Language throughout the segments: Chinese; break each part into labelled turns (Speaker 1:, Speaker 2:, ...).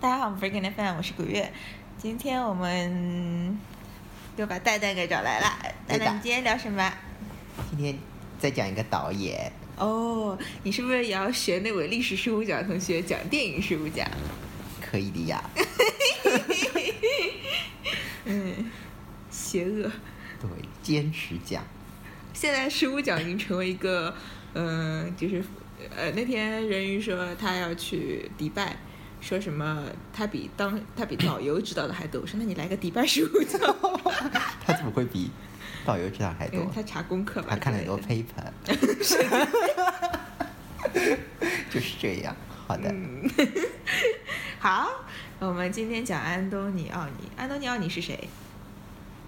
Speaker 1: 大家好，我们 Breaking FM，我是古月。今天我们又把蛋蛋给找来了。蛋
Speaker 2: 对的
Speaker 1: 蛋，你今天聊什么？
Speaker 2: 今天再讲一个导演，
Speaker 1: 哦，你是不是也要学那位历史事务奖同学讲电影事务奖？
Speaker 2: 可 以的呀。
Speaker 1: 嗯，邪恶。
Speaker 2: 对，坚持讲。
Speaker 1: 现在十五奖已经成为一个，嗯、就是，呃，那天人鱼说他要去迪拜，说什么他比当他比导游知道的还多。我说那你来个迪拜十五 奖，
Speaker 2: 他怎么会比导游知道还多
Speaker 1: 嗯，？他查功课吧，
Speaker 2: 他看了很
Speaker 1: 之类
Speaker 2: 多
Speaker 1: 的
Speaker 2: paper。就是这样。好的，
Speaker 1: 嗯，好，我们今天讲安东尼奥尼。安东尼奥尼是谁？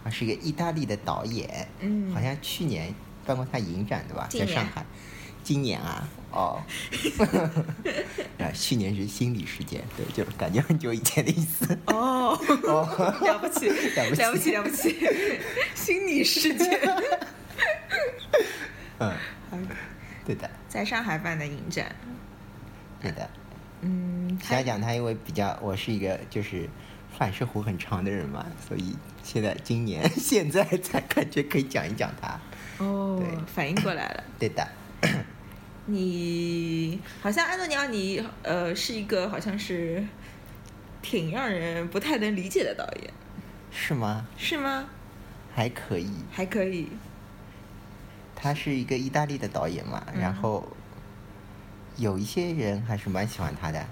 Speaker 2: 他啊是一个意大利的导演，
Speaker 1: 嗯
Speaker 2: 好像去年办过他影展对吧？
Speaker 1: 今
Speaker 2: 在
Speaker 1: 年
Speaker 2: 上海。今年啊， 哦， 啊，去年是心理事件，对，就是感觉很久以前的意思。
Speaker 1: 哦， 了不起，
Speaker 2: 了不起
Speaker 1: 了不起，了不起， 心理世界，
Speaker 2: 嗯，对的，
Speaker 1: 在上海办的影展。
Speaker 2: 对的。
Speaker 1: 嗯，
Speaker 2: 想讲他，因为比较，我是一个就是反射弧很长的人嘛，所以现在今年 现在才感觉可以讲一讲他。
Speaker 1: 哦
Speaker 2: 对，
Speaker 1: 反应过来了。
Speaker 2: 对的，
Speaker 1: 你好像安东尼奥尼，呃，是一个好像是挺让人不太能理解的导演，
Speaker 2: 是吗？
Speaker 1: 是吗？
Speaker 2: 还可以，
Speaker 1: 还可以，
Speaker 2: 他是一个意大利的导演嘛，
Speaker 1: 嗯
Speaker 2: 然后有一些人还是蛮喜欢他的。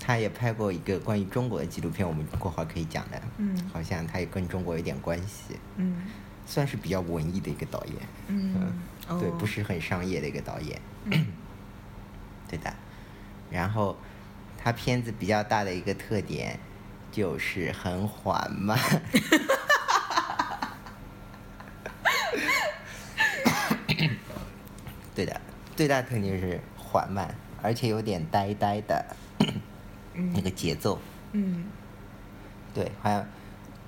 Speaker 2: 他也拍过一个关于中国的纪录片，我们过会儿可以讲的。
Speaker 1: 嗯
Speaker 2: 好像他也跟中国有点关系，
Speaker 1: 嗯
Speaker 2: 算是比较文艺的一个导演。
Speaker 1: 嗯，哦
Speaker 2: 对，不，是很商业的一个导演。
Speaker 1: 嗯
Speaker 2: 对的。然后他片子比较大的一个特点就是很缓慢。 对的，最大特点就是缓慢，而且有点呆呆的那个节奏。
Speaker 1: 嗯
Speaker 2: 对，好像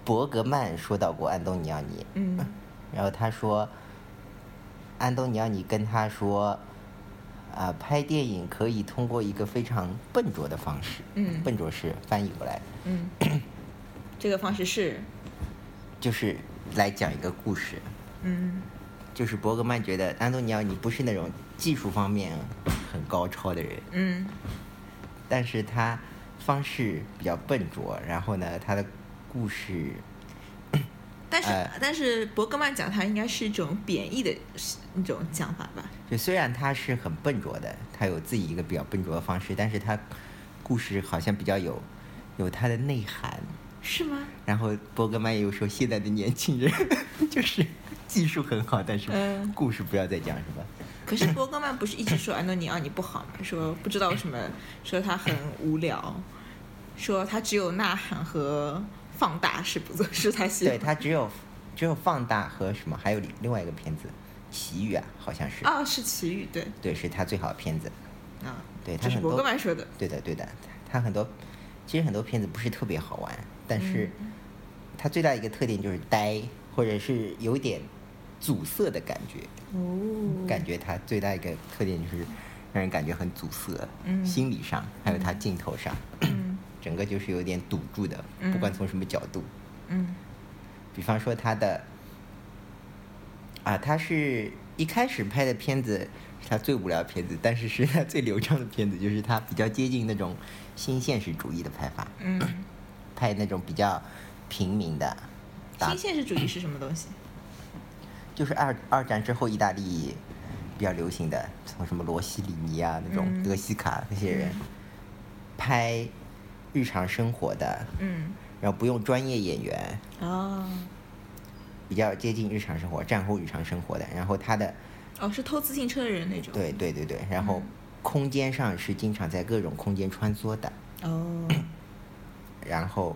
Speaker 2: 伯格曼说到过安东尼奥尼，
Speaker 1: 嗯
Speaker 2: 然后他说，安东尼奥尼跟他说，啊、拍电影可以通过一个非常笨拙的方式，
Speaker 1: 嗯
Speaker 2: 笨拙是翻译过来，
Speaker 1: 嗯，这个方式是，
Speaker 2: 就是来讲一个故事。
Speaker 1: 嗯
Speaker 2: 就是伯格曼觉得安东尼奥尼不是那种技术方面很高超的人，
Speaker 1: 嗯
Speaker 2: 但是他方式比较笨拙，然后呢，他的故事，
Speaker 1: 但是、
Speaker 2: 哎
Speaker 1: 但是伯格曼讲他应该是一种贬义的那种讲法吧？
Speaker 2: 就虽然他是很笨拙的，他有自己一个比较笨拙的方式，但是他故事好像比较有有他的内涵。
Speaker 1: 是吗？
Speaker 2: 然后伯格曼又说，现在的年轻人 就是技术很好，但是
Speaker 1: 嗯
Speaker 2: 故事不要再讲什么。
Speaker 1: 可是伯格曼不是一直说安东尼奥尼不好吗？说不知道为什么，说他很无聊，说他只有呐喊和放大是不做是他喜
Speaker 2: 对
Speaker 1: 欢。
Speaker 2: 他只有只有放大和什么，还有另另外一个片子《奇遇》啊，好像是，
Speaker 1: 啊、是奇遇对
Speaker 2: 对，是他最好的片子。
Speaker 1: 啊，
Speaker 2: 对他
Speaker 1: 这是
Speaker 2: 很
Speaker 1: 伯
Speaker 2: 多
Speaker 1: 格曼说的。
Speaker 2: 对的，对的，他很多其实很多片子不是特别好玩，但是
Speaker 1: 嗯
Speaker 2: 它最大一个特点就是呆，或者是有点阻塞的感觉。
Speaker 1: 哦
Speaker 2: 感觉它最大一个特点就是让人感觉很阻塞，
Speaker 1: 嗯
Speaker 2: 心理上还有它镜头 上，
Speaker 1: 嗯
Speaker 2: 整个就是有点堵住的，不管从什么角度。
Speaker 1: 嗯
Speaker 2: 比方说他的啊，他是一开始拍的片子是他最无聊的片子，但是是他最流畅的片子，就是他比较接近那种新现实主义的拍法，
Speaker 1: 嗯，
Speaker 2: 拍那种比较平民的，打
Speaker 1: 新现实主义是什么东西？
Speaker 2: 就是二二战之后意大利比较流行的，从什么罗西里尼啊那种、
Speaker 1: 嗯
Speaker 2: 德西卡那些人、拍日常生活的，
Speaker 1: 嗯
Speaker 2: 然后不用专业演员，
Speaker 1: 哦
Speaker 2: 比较接近日常生活、战后日常生活的。然后他的
Speaker 1: 哦，是偷自行车的人那种。
Speaker 2: 对对对对，然后空间上是经常在各种空间穿梭的，
Speaker 1: 哦，
Speaker 2: 然后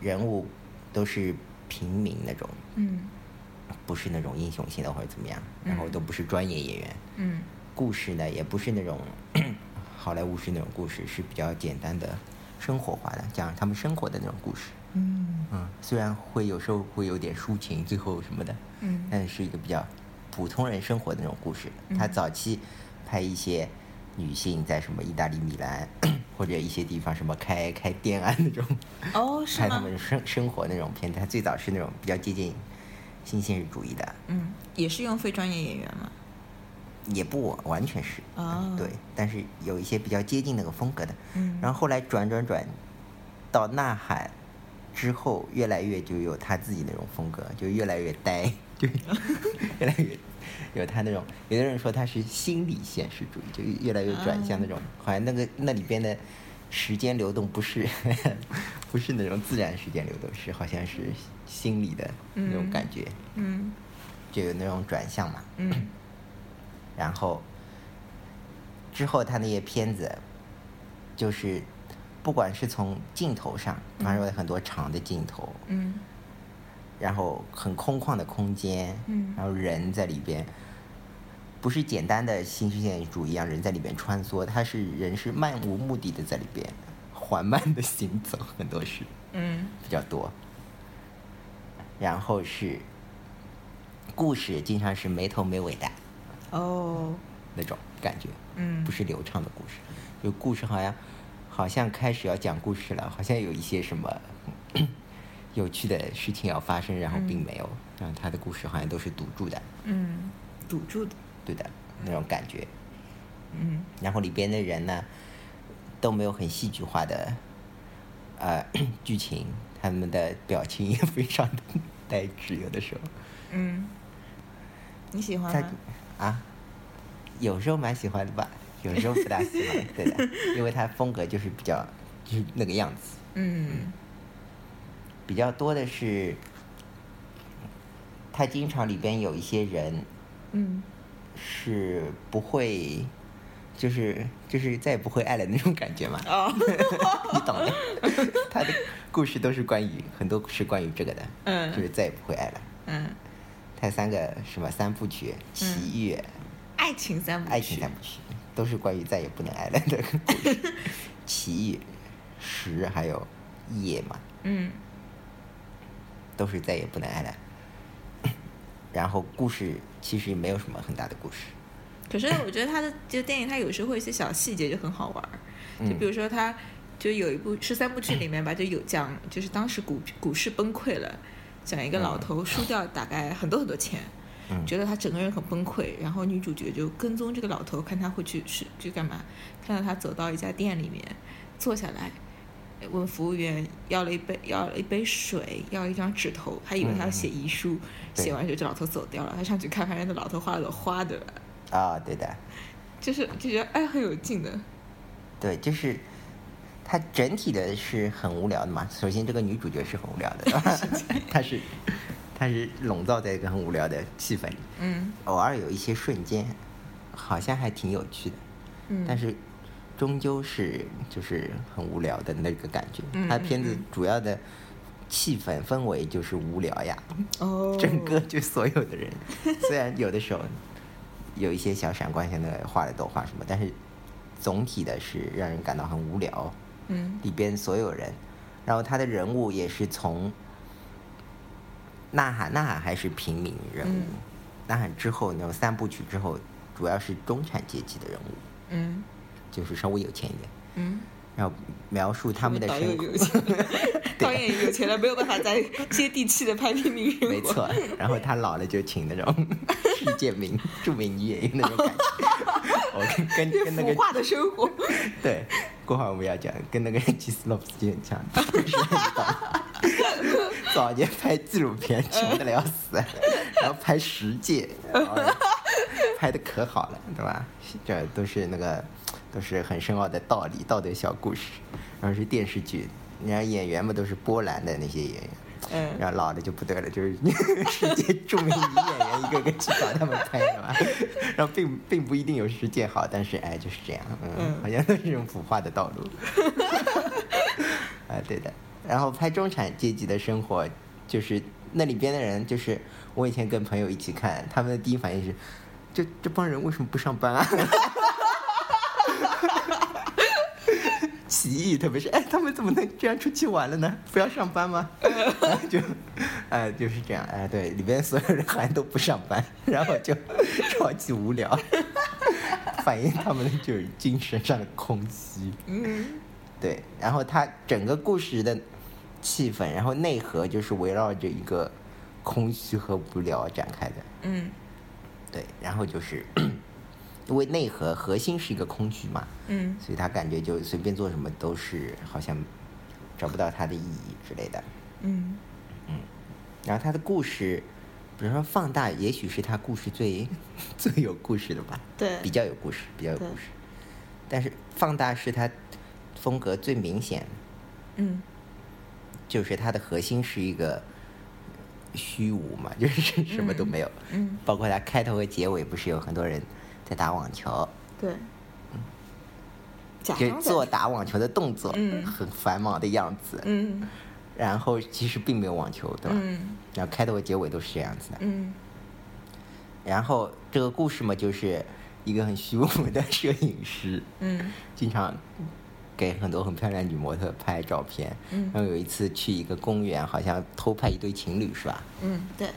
Speaker 2: 人物都是平民那种，
Speaker 1: 嗯
Speaker 2: 不是那种英雄性的或者怎么样，然后
Speaker 1: 嗯
Speaker 2: 都不是专业演员，
Speaker 1: 嗯
Speaker 2: 故事呢也不是那种 好莱坞式那种故事，是比较简单的生活化的，讲他们生活的那种故事。
Speaker 1: 嗯
Speaker 2: 嗯，虽然会有时候会有点抒情，最后什么的，
Speaker 1: 嗯嗯
Speaker 2: 但是一个比较普通人生活的那种故事。他早期拍一些女性在什么意大利米兰 或者一些地方什么开开店啊那种，
Speaker 1: 哦，是
Speaker 2: 拍他
Speaker 1: 吗？
Speaker 2: 们生生活那种片子。他最早是那种比较接近新现实主义的，
Speaker 1: 嗯，也是用非专业演员嘛。
Speaker 2: 也不完全是，
Speaker 1: 哦
Speaker 2: 对，但是有一些比较接近那个风格的。
Speaker 1: 嗯，
Speaker 2: 然后后来转转转到呐喊之后，越来越就有他自己那种风格，就越来越呆，就越来越有他那种。有的人说他是心理现实主义，就越来越转向那
Speaker 1: 啊
Speaker 2: 种，好像那个那里边的时间流动不是 不是那种自然时间流动，是好像是心理的那种
Speaker 1: 嗯
Speaker 2: 感觉，
Speaker 1: 嗯
Speaker 2: 就有那种转向嘛。
Speaker 1: 嗯
Speaker 2: 然后之后他那些片子，就是不管是从镜头上，反正有很多长的镜头，
Speaker 1: 嗯
Speaker 2: 然后很空旷的空间，
Speaker 1: 嗯
Speaker 2: 然后人在里边，不是简单的新实现主义让人在里边穿梭，他是人是漫无目的的在里边缓慢的行走，很多是
Speaker 1: 嗯
Speaker 2: 比较多，然后是故事经常是没头没尾的
Speaker 1: 哦，
Speaker 2: 那种感觉，
Speaker 1: 嗯
Speaker 2: 不是流畅的故事，就故事好像好像开始要讲故事了，好像有一些什么 有趣的事情要发生，然后并没有，然后他的故事好像都是堵住的，
Speaker 1: 嗯，堵住的。
Speaker 2: 对的那种感觉。
Speaker 1: 嗯
Speaker 2: 然后里边的人呢都没有很戏剧化的呃 剧情，他们的表情也非常的呆滞，有的时候。
Speaker 1: 嗯，你喜欢
Speaker 2: 他
Speaker 1: 吗？
Speaker 2: 啊，有时候蛮喜欢的吧，有时候不大喜欢，对的，因为他风格就是比较就是那个样子，
Speaker 1: 嗯
Speaker 2: 比较多的是，他经常里边有一些人
Speaker 1: 嗯
Speaker 2: 是不会，就是就是再也不会爱了那种感觉嘛，
Speaker 1: 哦
Speaker 2: 你懂的，他的 故事都是关于很多是关于这个的，
Speaker 1: 嗯
Speaker 2: 就是再也不会爱了。
Speaker 1: 嗯，
Speaker 2: 他三个什么三部曲，喜悦。
Speaker 1: 爱情三部曲。
Speaker 2: 爱情三部曲都是关于再也不能爱了的故事，奇遇、时还有夜嘛，
Speaker 1: 嗯
Speaker 2: 都是再也不能爱了。然后故事其实没有什么很大的故事，
Speaker 1: 可是我觉得他的就电影，他有时候会有一些小细节就很好玩儿，
Speaker 2: 嗯
Speaker 1: 就比如说他。就有一部是三部曲里面吧，就有讲，就是当时股股市崩溃了，讲一个老头输掉大概很多很多钱，
Speaker 2: 嗯
Speaker 1: 觉得他整个人很崩溃，然后女主角就跟踪这个老头，看他会去去去干嘛，看到他走到一家店里面，坐下来，问服务员要了一杯要了一杯水，要一张纸头，还以为他要写遗书，
Speaker 2: 对
Speaker 1: 写完之后这老头走掉了，他上去看，发现那老头画了朵花的，
Speaker 2: 啊、对的，
Speaker 1: 就是就觉得哎很有劲的，
Speaker 2: 对，就是它整体的是很无聊的嘛。首先，这个女主角是很无聊的，她是她是笼罩在一个很无聊的气氛里，
Speaker 1: 嗯
Speaker 2: 偶尔有一些瞬间，好像还挺有趣的。
Speaker 1: 嗯，
Speaker 2: 但是终究是就是很无聊的那个感觉。
Speaker 1: 嗯
Speaker 2: 他
Speaker 1: 嗯
Speaker 2: 片子
Speaker 1: 嗯
Speaker 2: 主要的气氛氛围就是无聊呀，
Speaker 1: 哦，
Speaker 2: 整个就所有的人，虽然有的时候有一些小闪光像那个画的都画什么，但是总体的是让人感到很无聊。
Speaker 1: 嗯
Speaker 2: 里边所有人，然后他的人物也是从《呐喊》《呐喊》还是平民人物，
Speaker 1: 嗯
Speaker 2: 呐喊》之后那种三部曲之后，主要是中产阶级的人物。
Speaker 1: 嗯
Speaker 2: 就是稍微有钱一点，
Speaker 1: 嗯，
Speaker 2: 然后描述他们的
Speaker 1: 导游有
Speaker 2: 生活，
Speaker 1: 钱，导演有钱了，没有办法再接地气的拍平民生活，
Speaker 2: 没，错。然后他老了就请那 种世界名著名女演员那种感觉，我跟跟跟那
Speaker 1: 腐
Speaker 2: 个
Speaker 1: 化的生活，
Speaker 2: 对，过会儿我们要讲，跟那个基斯洛夫斯基很像，就是很棒早年拍纪录片穷的要死，然后拍十届，然后拍的可好了，对吧？这都是那个都是很深奥的道理、道德小故事，然后是电视剧，人家演员嘛都是波兰的那些演员。
Speaker 1: 嗯
Speaker 2: 然后老了就不对了，就是 世界著名女演员一个个去找他们拍的嘛，然后并并不一定有世界好，但是哎就是这样，嗯，
Speaker 1: 嗯
Speaker 2: 好像都是这种腐化的道路，啊对的。然后拍中产阶级的生活，就是那里边的人，就是我以前跟朋友一起看，他们的第一反应是，这这帮人为什么不上班啊？ 起义，特别是哎，他们怎么能这样出去玩了呢？不要上班吗？ 然后就，哎，就是这样，哎，对，里边所有人好像都不上班，然后就超级无聊， 反映他们的就是精神上的空虚。
Speaker 1: 嗯
Speaker 2: 对，然后它整个故事的气氛，然后内核就是围绕着一个空虚和无聊展开的。
Speaker 1: 嗯
Speaker 2: 对，然后就是因为内核核心是一个空虚嘛，
Speaker 1: 嗯
Speaker 2: 所以他感觉就随便做什么都是好像找不到它的意义之类的。
Speaker 1: 嗯
Speaker 2: 然后他的故事，比如说放大，也许是他故事最 最有故事的吧，
Speaker 1: 对
Speaker 2: 比较有故事，比较有故
Speaker 1: 对
Speaker 2: 事。但是放大是他风格最明显的
Speaker 1: 嗯
Speaker 2: 就是它的核心是一个虚无嘛，就是什么都没有。
Speaker 1: 嗯，
Speaker 2: 包括它开头和结尾不是有很多人在打网球，
Speaker 1: 对，假
Speaker 2: 就
Speaker 1: 装
Speaker 2: 是嗯做
Speaker 1: 在
Speaker 2: 打网球的动作，
Speaker 1: 嗯
Speaker 2: 很繁忙的样子。
Speaker 1: 嗯
Speaker 2: 然后其实并没有网球，对吧？
Speaker 1: 嗯
Speaker 2: 然后开头和结尾都是这样子的。
Speaker 1: 嗯
Speaker 2: 然后这个故事嘛，就是一个很虚无的 摄影师，
Speaker 1: 嗯
Speaker 2: 经常给很多很漂亮的女模特拍照片。
Speaker 1: 嗯
Speaker 2: 然后有一次去一个公园，好像偷拍一对情侣，是吧？
Speaker 1: 嗯，对，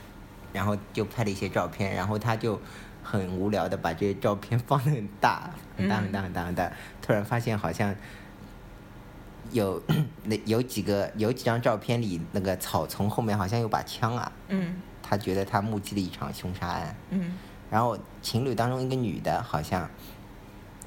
Speaker 2: 然后就拍了一些照片，然后他就很无聊的把这些照片放得很大，很大
Speaker 1: 嗯
Speaker 2: 很大很大很大，突然发现好像有 那有几个有几张照片里那个草丛后面好像有把枪啊，
Speaker 1: 嗯
Speaker 2: 他觉得他目击了一场凶杀案，
Speaker 1: 嗯
Speaker 2: 然后情侣当中一个女的好像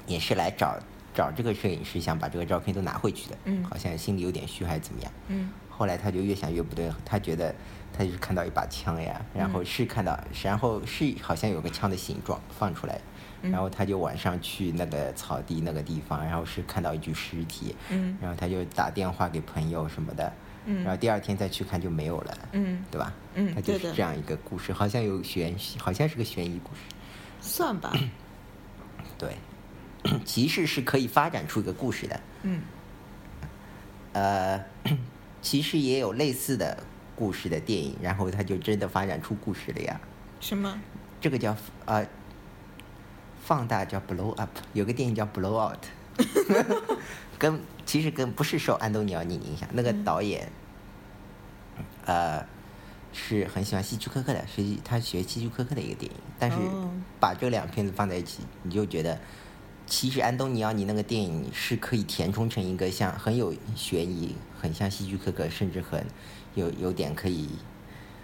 Speaker 2: 也是来找找这个摄影师，想把这个照片都拿回去的，
Speaker 1: 嗯
Speaker 2: 好像心里有点虚还是怎么样，
Speaker 1: 嗯
Speaker 2: 后来他就越想越不对，他觉得他就是看到一把枪呀，然
Speaker 1: 嗯
Speaker 2: 后是看到，然后是好像有个枪的形状放出来，
Speaker 1: 嗯
Speaker 2: 然后他就晚上去那个草地那个地方，然后是看到一具尸体，
Speaker 1: 嗯
Speaker 2: 然后他就打电话给朋友什么的，
Speaker 1: 嗯
Speaker 2: 然后第二天再去看就没有了，
Speaker 1: 嗯，
Speaker 2: 对吧？
Speaker 1: 嗯
Speaker 2: 他就
Speaker 1: 对
Speaker 2: 是
Speaker 1: 的
Speaker 2: 这样一个故事，好像有悬，好像是个悬疑故事，
Speaker 1: 算吧，
Speaker 2: 对， 其实是可以发展出一个故事的，
Speaker 1: 嗯
Speaker 2: 呃， 其实也有类似的故事的电影，然后它就真的发展出故事了呀。
Speaker 1: 什么？
Speaker 2: 这个叫呃，放大叫 blow up，有个电影叫 blow out，跟其实跟不是受安东尼奥尼影响，那
Speaker 1: 嗯
Speaker 2: 个导演，呃，是很喜欢希区柯克的，是他学希区柯克的一个电影，但是
Speaker 1: 哦
Speaker 2: 把这两片子放在一起，你就觉得。其实安东尼奥尼那个电影是可以填充成一个像很有悬疑，很像希区柯克，甚至很有有点可以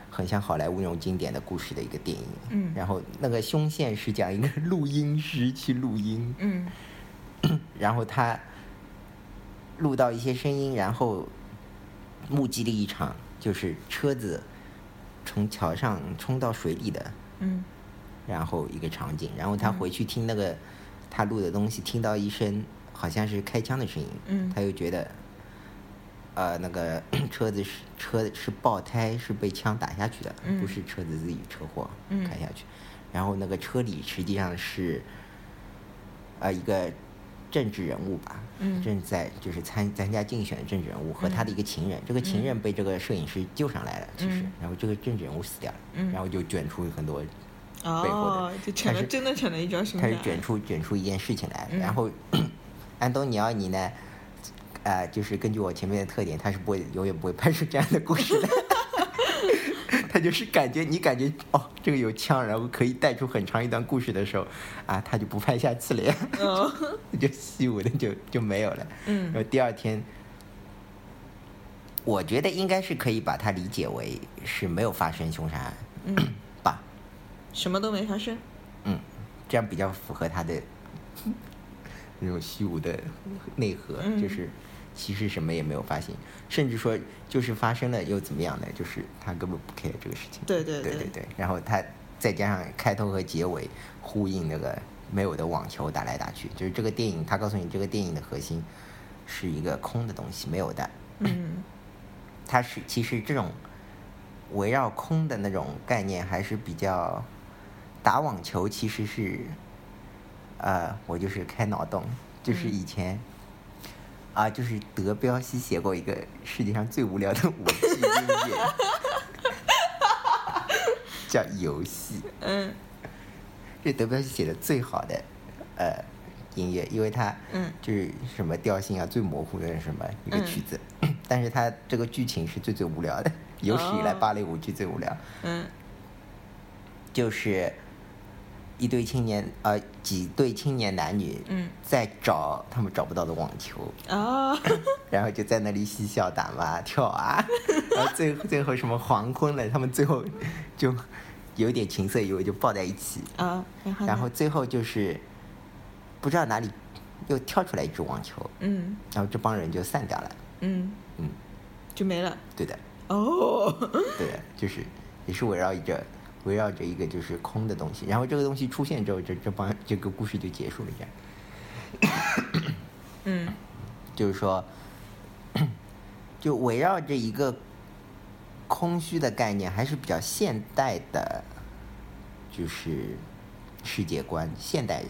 Speaker 2: 很像好莱坞那种经典的故事的一个电影。
Speaker 1: 嗯
Speaker 2: 然后那个凶线是讲一个录音师去录音，
Speaker 1: 嗯
Speaker 2: 然后他录到一些声音，然后目击了一场就是车子从桥上冲到水里的，
Speaker 1: 嗯
Speaker 2: 然后一个场景。然后他回去听那个他录的东西，听到一声好像是开枪的声音，
Speaker 1: 嗯
Speaker 2: 他又觉得。呃，那个 车子是车是爆胎，是被枪打下去的，
Speaker 1: 嗯
Speaker 2: 不是车子自己车祸
Speaker 1: 嗯
Speaker 2: 开下去。然后那个车里实际上是，呃，一个政治人物吧，
Speaker 1: 嗯
Speaker 2: 正在就是参参加竞选的政治人物和他的一个情人，这个情人被这个摄影师救上来了，其实
Speaker 1: 嗯，
Speaker 2: 然后这个政治人物死掉了，
Speaker 1: 嗯
Speaker 2: 然后就卷出很多背后
Speaker 1: 哦
Speaker 2: 的，
Speaker 1: 就成了
Speaker 2: 但是
Speaker 1: 真的成了一桩凶
Speaker 2: 他是
Speaker 1: 杀
Speaker 2: 卷
Speaker 1: 案
Speaker 2: 出卷出一件事情来，
Speaker 1: 嗯
Speaker 2: 然后 安东尼奥尼呢，呃，就是根据我前面的特点，他是不会永远不会拍出这样的故事的。 他就是感觉你感觉哦，这个有枪，然后可以带出很长一段故事的时候，啊，他就不拍下去了呀，
Speaker 1: 哦，
Speaker 2: 就虚无的就就没有了。然后
Speaker 1: 嗯
Speaker 2: 第二天，我觉得应该是可以把它理解为是没有发生凶杀案
Speaker 1: 嗯，
Speaker 2: 吧，
Speaker 1: 什么都没发生，
Speaker 2: 嗯，这样比较符合他的那种虚无的内核，
Speaker 1: 嗯
Speaker 2: 就是其实什么也没有发生，甚至说就是发生了又怎么样呢？就是他根本不 care 这个事情。
Speaker 1: 对对
Speaker 2: 对
Speaker 1: 对
Speaker 2: 对，然后他再加上开头和结尾呼应那个没有的网球打来打去，就是这个电影，他告诉你这个电影的核心是一个空的东西，没有的。
Speaker 1: 嗯
Speaker 2: 它是其实这种围绕空的那种概念还是比较打网球其实是呃，我就是开脑洞，就是以前、啊，就是德彪西写过一个世界上最无聊的武器音乐，叫游戏。
Speaker 1: 嗯
Speaker 2: 这德彪西写的最好的呃音乐，因为它
Speaker 1: 嗯
Speaker 2: 就是什么调性啊最模糊的什么一个
Speaker 1: 嗯
Speaker 2: 曲子， 但是它这个剧情是最最无聊的，有史以来
Speaker 1: 哦
Speaker 2: 芭蕾舞剧最无聊，
Speaker 1: 嗯
Speaker 2: 就是一对青年呃几对青年男女
Speaker 1: 嗯，
Speaker 2: 在找他们找不到的网球，
Speaker 1: 哦，
Speaker 2: 然后就在那里嬉笑打骂跳啊，然后最最后什么黄昏了，他们最后就有点情色以为就抱在一起，
Speaker 1: 啊，然后呢
Speaker 2: 然后最后就是不知道哪里又跳出来一只网球，
Speaker 1: 嗯
Speaker 2: 然后这帮人就散掉了。
Speaker 1: 嗯，
Speaker 2: 嗯，
Speaker 1: 就没了。
Speaker 2: 对的，
Speaker 1: 哦，
Speaker 2: 对的，就是也是围绕着围绕着一个就是空的东西，然后这个东西出现之后，这这帮这个故事就结束了，这样
Speaker 1: 嗯
Speaker 2: 就是说， 就围绕着一个空虚的概念，还是比较现代的，就是世界观，现代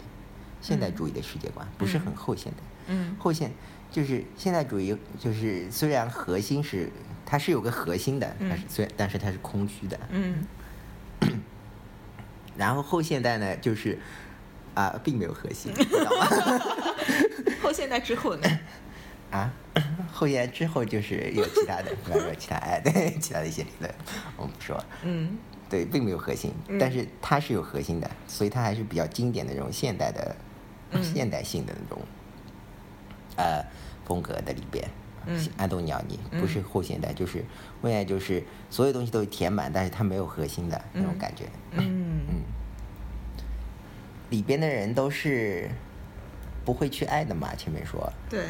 Speaker 2: 现代主义的世界观，不是很后现代。
Speaker 1: 嗯
Speaker 2: 后现就是现代主义，就是虽然核心是它是有个核心的，
Speaker 1: 嗯
Speaker 2: 但是虽但是它是空虚的。
Speaker 1: 嗯
Speaker 2: 然后后现代呢，就是啊、并没有核心，你知道吗？
Speaker 1: 后现代之后呢？
Speaker 2: 啊，后现代之后就是有其他的，比方说其他哎， 对其他的一些理论，我们不说。
Speaker 1: 嗯
Speaker 2: 对，并没有核心，
Speaker 1: 嗯
Speaker 2: 但是它是有核心的，所以它还是比较经典的这种现代的、
Speaker 1: 嗯
Speaker 2: 现代性的那种呃风格的里边。
Speaker 1: 嗯
Speaker 2: 安东尼奥尼
Speaker 1: 嗯
Speaker 2: 不是后现代，就是后现代就是所有东西都是填满，但是它没有核心的那种
Speaker 1: 嗯
Speaker 2: 感觉。
Speaker 1: 嗯
Speaker 2: 嗯，里边的人都是不会去爱的嘛，前面说，
Speaker 1: 对，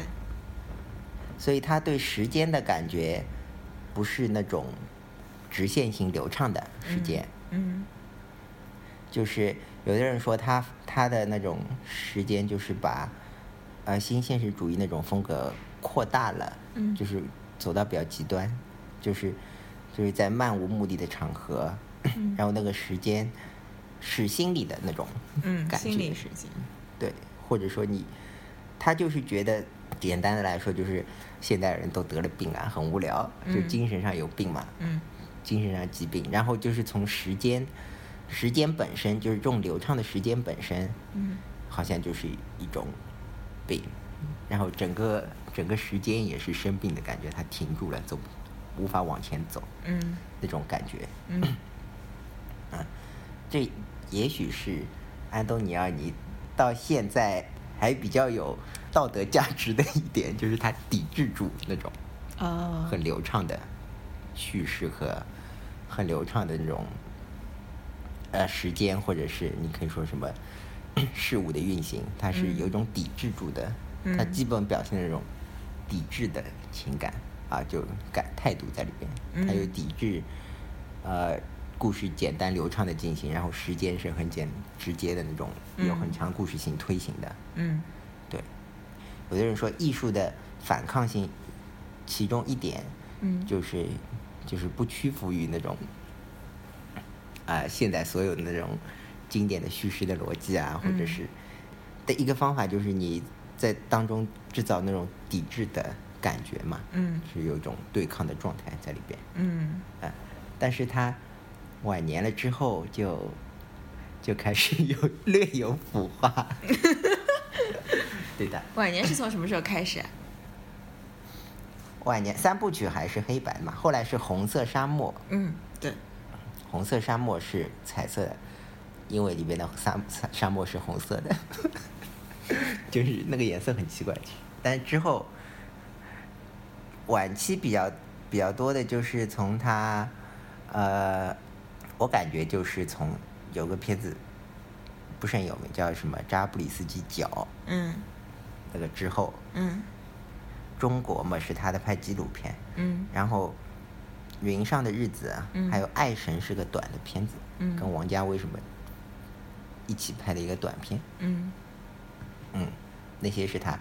Speaker 2: 所以他对时间的感觉不是那种直线型流畅的时间。
Speaker 1: 嗯
Speaker 2: 就是有的人说他他的那种时间就是把呃新现实主义那种风格扩大了，
Speaker 1: 嗯
Speaker 2: 就是走到比较极端，就是就是在漫无目的的场合，然后那个时间是心理的那种
Speaker 1: 嗯，
Speaker 2: 感
Speaker 1: 心理
Speaker 2: 觉，
Speaker 1: 世界。
Speaker 2: 对，或者说你他就是觉得简单的来说就是现代人都得了病啊，很无聊，就
Speaker 1: 嗯
Speaker 2: 精神上有病嘛，
Speaker 1: 嗯
Speaker 2: 精神上疾病，然后就是从时间，时间本身就是这种流畅的时间本身，
Speaker 1: 嗯
Speaker 2: 好像就是一种病，然后整个整个时间也是生病的感觉，它停住了，走无法往前走
Speaker 1: 嗯
Speaker 2: 那种感觉，
Speaker 1: 嗯
Speaker 2: 啊，这也许是安东尼奥尼到现在还比较有道德价值的一点，就是他抵制住那种
Speaker 1: 哦，
Speaker 2: 很流畅的叙事和很流畅的那种呃时间，或者是你可以说什么事物的运行，它是有一种抵制住的，它
Speaker 1: 嗯
Speaker 2: 基本表现那种抵制的情感啊，就感态度在里边，它有
Speaker 1: 嗯
Speaker 2: 抵制呃故事简单流畅的进行，然后时间是很简直接的那种，有很
Speaker 1: 嗯
Speaker 2: 强故事性推行的，
Speaker 1: 嗯
Speaker 2: 对，有的人说艺术的反抗性，其中一点，
Speaker 1: 嗯
Speaker 2: 就是就是不屈服于那种，啊、现在所有的那种经典的叙事的逻辑啊，或者
Speaker 1: 嗯
Speaker 2: 是的一个方法，就是你在当中制造那种抵制的感觉嘛，
Speaker 1: 嗯
Speaker 2: 是有一种对抗的状态在里边。
Speaker 1: 嗯，
Speaker 2: 啊，但是他晚年了之后就就开始有 略有腐化，对的。
Speaker 1: 晚年是从什么时候开始啊？
Speaker 2: 晚年三部曲还是黑白的嘛，后来是红色沙漠，
Speaker 1: 嗯，对，
Speaker 2: 红色沙漠是彩色的，因为里边的 沙沙沙漠是红色的， 就是那个颜色很奇怪。但是之后晚期比较比较多的就是从他，呃，我感觉就是从有个片子不是很有名，叫什么扎布里斯基角
Speaker 1: 嗯
Speaker 2: 那个之后，
Speaker 1: 嗯
Speaker 2: 中国嘛是他的拍纪录片，
Speaker 1: 嗯
Speaker 2: 然后《云上的日子》啊，
Speaker 1: 嗯
Speaker 2: 还有《爱神》是个短的片子，
Speaker 1: 嗯
Speaker 2: 跟王家卫什么一起拍的一个短片，
Speaker 1: 嗯
Speaker 2: 嗯，那些是他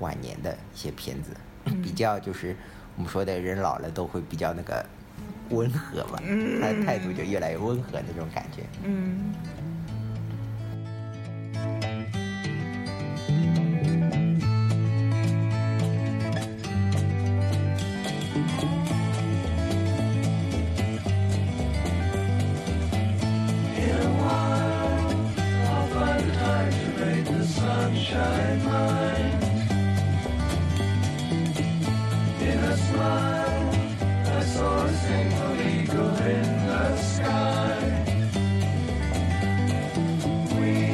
Speaker 2: 晚年的一些片子，
Speaker 1: 嗯
Speaker 2: 比较就是我们说的人老了都会比较那个温和嘛，他的态度就越来越温和那种感觉。
Speaker 1: 嗯
Speaker 3: We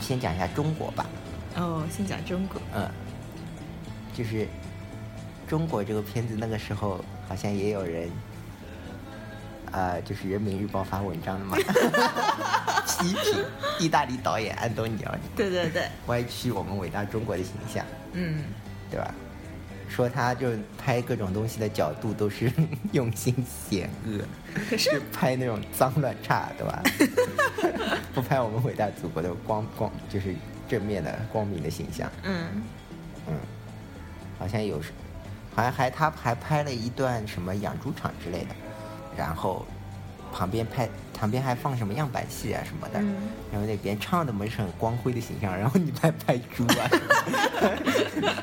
Speaker 2: 先讲一下中国吧，
Speaker 1: 哦，先讲中国，
Speaker 2: 嗯，就是中国这个片子那个时候好像也有人，呃，就是《人民日报》发文章的嘛， 批评意大利导演安东尼奥尼
Speaker 1: 对对对，
Speaker 2: 歪曲我们伟大中国的形象，
Speaker 1: 嗯，
Speaker 2: 对吧？说他就拍各种东西的角度都是 用心险恶，
Speaker 1: 可是
Speaker 2: 就拍那种脏乱差，对吧？ 不拍我们伟大祖国的光光，就是正面的光明的形象。
Speaker 1: 嗯，
Speaker 2: 嗯，好像有时，好像还他还拍了一段什么养猪场之类的，然后旁边拍旁边还放什么样板戏啊什么的，
Speaker 1: 嗯
Speaker 2: 然后那边唱的嘛是很光辉的形象，然后你拍拍猪啊，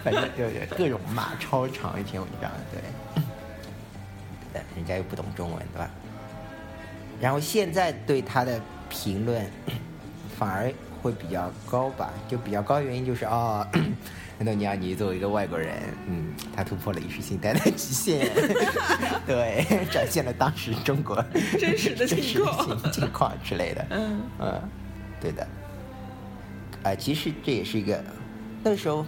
Speaker 2: 反正就是各种骂，超长一篇文章，对，对人家又不懂中文，对吧？然后现在对他的评论反而会比较高吧，就比较高原因就是哦，安东尼奥尼作为一个外国人，嗯，他突破了意识形态的极限， 对，展现了当时中国
Speaker 1: 真实的
Speaker 2: 真实
Speaker 1: 情
Speaker 2: 的
Speaker 1: 况
Speaker 2: 情情况之类的，
Speaker 1: 嗯
Speaker 2: 嗯，对的，啊、其实这也是一个那时候。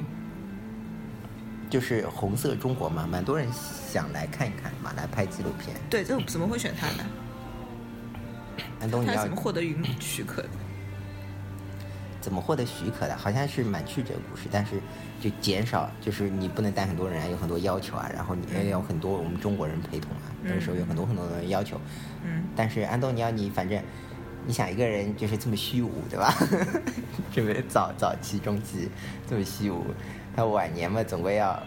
Speaker 2: 就是红色中国嘛，蛮多人想来看一看嘛，来拍纪录片。
Speaker 1: 对，这怎么会选他呢？
Speaker 2: 安东尼
Speaker 1: 他
Speaker 2: 奥
Speaker 1: 怎么获得允许可的？
Speaker 2: 怎么获得许可的？好像是蛮曲折的故事，但是就减少，就是你不能带很多人啊，有很多要求啊，然后你也有很多我们中国人陪同啊，那个时候有很多很多的要求。
Speaker 1: 嗯，
Speaker 2: 但是安东尼奥尼，反正你想一个人就是这么虚无，对吧？ 这么早早期、中期这么虚无，他晚年嘛，总归要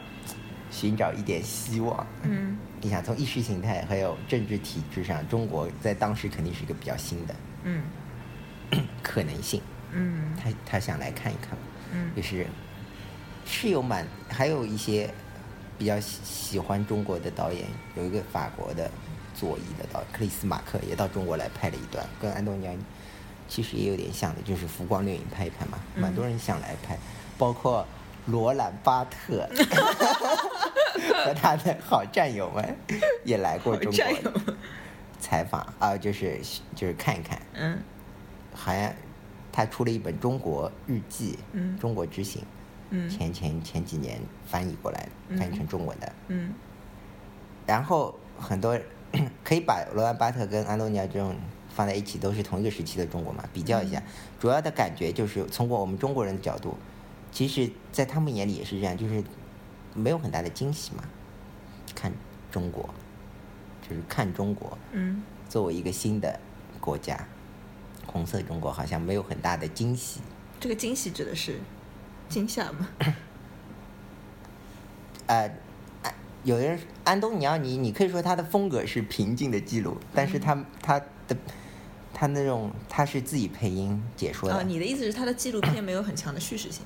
Speaker 2: 寻找一点希望。
Speaker 1: 嗯，
Speaker 2: 你想从意识形态还有政治体制上，中国在当时肯定是一个比较新的
Speaker 1: 嗯，
Speaker 2: 可能性。
Speaker 1: 嗯，
Speaker 2: 他他想来看一看，
Speaker 1: 嗯
Speaker 2: 也是是有蛮还有一些比较喜喜欢中国的导演，有一个法国的左翼的导演克里斯马克也到中国来拍了一段，跟安东尼奥尼其实也有点像的，就是浮光掠影拍一拍嘛，
Speaker 1: 嗯
Speaker 2: 蛮多人想来拍，包括罗兰巴 特和他的好战友们也来过中
Speaker 1: 战友
Speaker 2: 国，采访啊、就是就是看一看，
Speaker 1: 嗯
Speaker 2: 好像他出了一本《中国日记》，
Speaker 1: 嗯
Speaker 2: 中国之行，
Speaker 1: 嗯
Speaker 2: 前前前几年翻译过来，
Speaker 1: 嗯
Speaker 2: 翻译成中文的。
Speaker 1: 嗯
Speaker 2: 然后很多 可以把罗兰巴特跟安东尼奥这种放在一起，都是同一个时期的中国嘛，比较一下，
Speaker 1: 嗯
Speaker 2: 主要的感觉就是通过我们中国人的角度，其实，在他们眼里也是这样，就是没有很大的惊喜嘛，看中国，就是看中国，
Speaker 1: 嗯
Speaker 2: 作为一个新的国家，红色中国好像没有很大的惊喜，
Speaker 1: 这个惊喜指的是惊吓吗？
Speaker 2: 呃，安有的人安东尼奥尼，你可以说他的风格是平静的记录，但
Speaker 1: 嗯
Speaker 2: 是他他的他那种他是自己配音解说的，
Speaker 1: 哦，你的意思是他的纪录片没有很强的叙事性？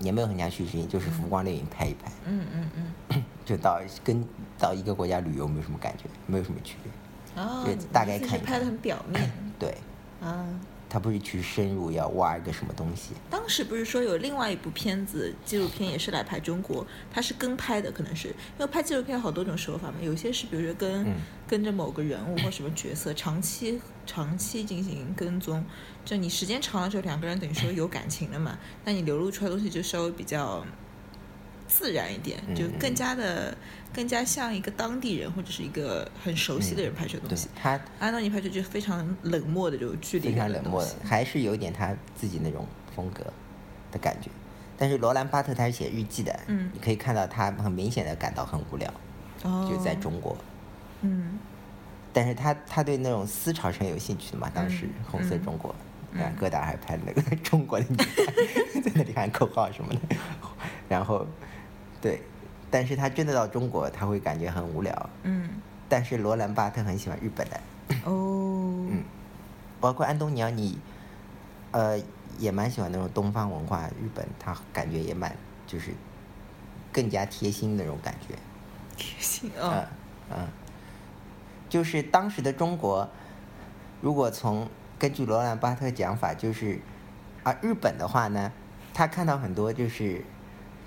Speaker 2: 也没有很强叙事性，就是浮光掠影拍一拍，
Speaker 1: 嗯嗯嗯。
Speaker 2: 就到跟到一个国家旅游没有什么感觉，没有什么区别。
Speaker 1: 哦
Speaker 2: 对，
Speaker 1: 你
Speaker 2: 大
Speaker 1: 的
Speaker 2: 概
Speaker 1: 意思
Speaker 2: 看
Speaker 1: 是
Speaker 2: 一
Speaker 1: 拍的
Speaker 2: 看
Speaker 1: 很表面
Speaker 2: 对
Speaker 1: 啊。
Speaker 2: 他不是去深入要挖一个什么东西，
Speaker 1: 当时不是说有另外一部片子纪录片也是来拍中国，它是跟拍的，可能是因为拍纪录片有好多种手法嘛，有些是比如说跟、
Speaker 2: 嗯
Speaker 1: 跟着某个人物或什么角色长期长期进行跟踪，就你时间长了之后，两个人等于说有感情了嘛，那你流露出来的东西就稍微比较自然一点，
Speaker 2: 嗯
Speaker 1: 就更加的更加像一个当地人或者是一个很熟悉的人拍出的东
Speaker 2: 嗯对
Speaker 1: 西。
Speaker 2: 他
Speaker 1: 安东尼拍出就非常冷漠的这种距离
Speaker 2: 非
Speaker 1: 感
Speaker 2: 常
Speaker 1: 的
Speaker 2: 冷
Speaker 1: 东
Speaker 2: 漠
Speaker 1: 西
Speaker 2: 的，还是有点他自己那种风格的感觉。但是罗兰巴特他是写日记的，
Speaker 1: 嗯
Speaker 2: 你可以看到他很明显的感到很无聊，
Speaker 1: 哦，
Speaker 2: 就在中国。
Speaker 1: 嗯
Speaker 2: 但是他他对那种思潮是很有兴趣的嘛，当时
Speaker 1: 嗯
Speaker 2: 红色
Speaker 1: 嗯
Speaker 2: 中国，啊，戈达还拍了那个中国的女孩 在那里喊口号什么的，然后对，但是他真的到中国，他会感觉很无聊。
Speaker 1: 嗯
Speaker 2: 但是罗兰巴特很喜欢日本的，
Speaker 1: 哦
Speaker 2: 嗯，包括安东尼奥尼，呃，也蛮喜欢那种东方文化，日本他感觉也蛮就是更加贴心那种感觉，
Speaker 1: 贴心
Speaker 2: 嗯、
Speaker 1: 啊，
Speaker 2: 嗯、就是当时的中国，如果从根据罗兰巴特讲法，就是啊日本的话呢，他看到很多就是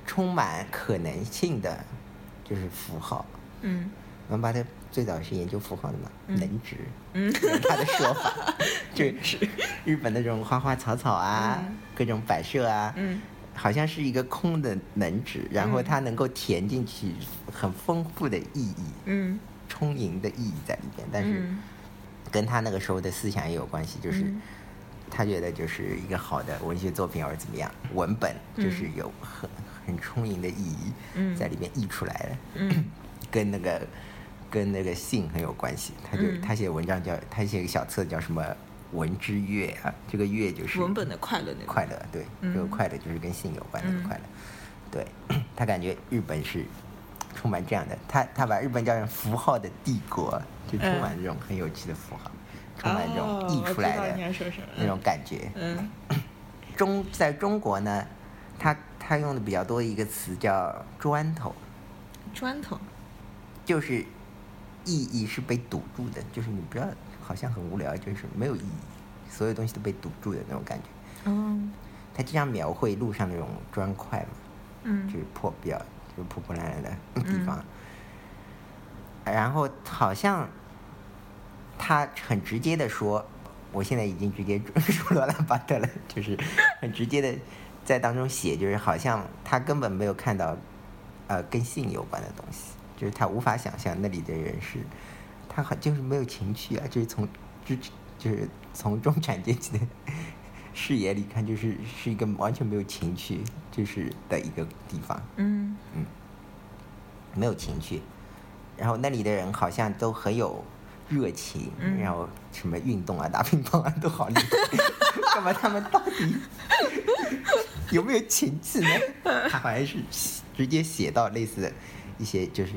Speaker 2: 充满可能性的就是符号，
Speaker 1: 嗯
Speaker 2: 王八他最早是研究符号的嘛，
Speaker 1: 嗯
Speaker 2: 能指，嗯，他的说法， 就是日本那种花花草草啊，
Speaker 1: 嗯
Speaker 2: 各种摆设啊，
Speaker 1: 嗯
Speaker 2: 好像是一个空的能指，然后
Speaker 1: 嗯
Speaker 2: 它能够填进去很丰富的意义，
Speaker 1: 嗯
Speaker 2: 充盈的意义在里边，但是
Speaker 1: 嗯
Speaker 2: 跟他那个时候的思想也有关系，就是
Speaker 1: 嗯
Speaker 2: 他觉得就是一个好的文学作品或者怎么样，文本就是有很很充盈的意义
Speaker 1: 嗯
Speaker 2: 在里面溢出来了，
Speaker 1: 嗯
Speaker 2: 跟那个跟那个性很有关系。他就
Speaker 1: 嗯
Speaker 2: 他写文章叫他写个小册叫什么《文之乐》啊，这个乐就是
Speaker 1: 文本的快乐那个
Speaker 2: 快乐，对，
Speaker 1: 嗯
Speaker 2: 这个快乐就是跟性有关的
Speaker 1: 嗯
Speaker 2: 快乐。对 他感觉日本是充满这样的，他他把日本叫成符号的帝国，就充满这种很有趣的符号，充满这种溢出来
Speaker 1: 嗯哦我知道你要
Speaker 2: 的
Speaker 1: 说什么
Speaker 2: 那种感觉。
Speaker 1: 嗯
Speaker 2: 中在中国呢，他他用的比较多一个词叫砖头，
Speaker 1: 砖头
Speaker 2: 就是意义是被堵住的，就是你不要好像很无聊，就是没有意义，所有东西都被堵住的那种感觉。
Speaker 1: 哦
Speaker 2: 他经常描绘路上那种砖块嘛，
Speaker 1: 嗯
Speaker 2: 就是破比较就是破破烂烂的地方。然后好像他很直接的说，我现在已经直接说罗兰巴特了，就是 很直接的在当中写，就是好像他根本没有看到呃跟性有关的东西，就是他无法想象那里的人是，他好就是没有情趣啊，就是从就就是从中产阶级的视野里看，就是是一个完全没有情趣就是的一个地方。
Speaker 1: 嗯
Speaker 2: 没有情趣，然后那里的人好像都很有热情，
Speaker 1: 嗯
Speaker 2: 然后什么运动啊、打乒乓啊都好 厉害，干嘛他们到底有没有情趣呢？他好像是直接写到类似的一些，就是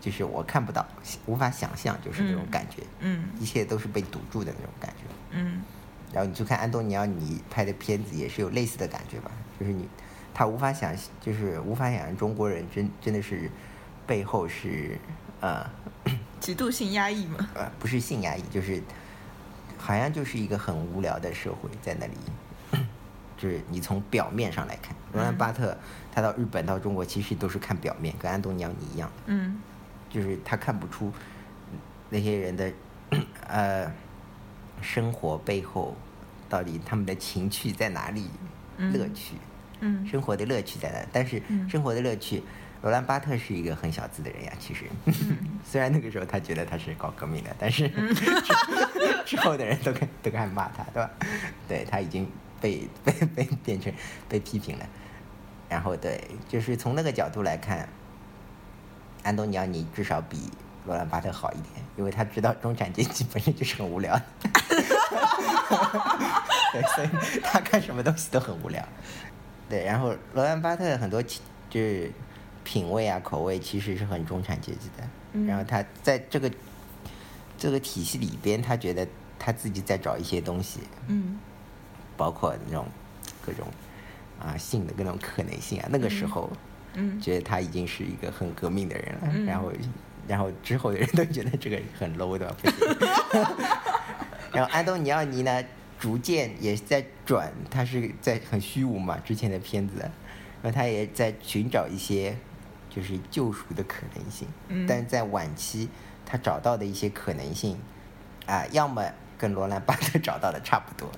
Speaker 2: 就是我看不到、无法想象，就是那种
Speaker 1: 嗯
Speaker 2: 感觉，
Speaker 1: 嗯
Speaker 2: 一切都是被堵住的那种感觉。
Speaker 1: 嗯
Speaker 2: 然后你去看安东尼奥尼拍的片子，也是有类似的感觉吧？就是你，他无法想，就是无法想象中国人真真的是背后是呃
Speaker 1: 极度性压抑嘛
Speaker 2: 呃不是性压抑，就是好像就是一个很无聊的社会在那里。 就是你从表面上来看，罗兰巴特他到日本到中国其实都是看表面，跟安东尼奥尼一样。
Speaker 1: 嗯
Speaker 2: 就是他看不出嗯那些人的 呃生活背后到底他们的情趣在哪里，
Speaker 1: 嗯
Speaker 2: 乐趣，
Speaker 1: 嗯
Speaker 2: 生活的乐趣在哪？但是
Speaker 1: 嗯
Speaker 2: 生活的乐趣，罗兰巴特是一个很小资的人呀，其实。 虽然那个时候他觉得他是搞革命的，但是
Speaker 1: 嗯
Speaker 2: 之 之后的人都开都开始骂他，对吧？对他已经被 被被变成被批评了。然后对，就是从那个角度来看，安东尼奥尼至少比罗兰巴特好一点，因为他知道中产阶级本身就是很无聊的， 对，所以他看什么东西都很无聊。对，然后罗兰巴特的很多其就是品味啊、口味其实是很中产阶级的。
Speaker 1: 嗯
Speaker 2: 然后他在这个这个体系里边，他觉得他自己在找一些东西，
Speaker 1: 嗯
Speaker 2: 包括那种各种啊性的各种可能性啊。那个时候，
Speaker 1: 嗯
Speaker 2: 觉得他已经是一个很革命的人了。
Speaker 1: 嗯
Speaker 2: 然后，然后之后的人都觉得这个很 low 的，不行。 然后安东尼奥尼呢，逐渐也在转，他是在很虚无嘛，之前的片子，然后他也在寻找一些就是救赎的可能性。
Speaker 1: 嗯
Speaker 2: 但在晚期，他找到的一些可能性，啊、要么跟罗兰巴特找到的差不多，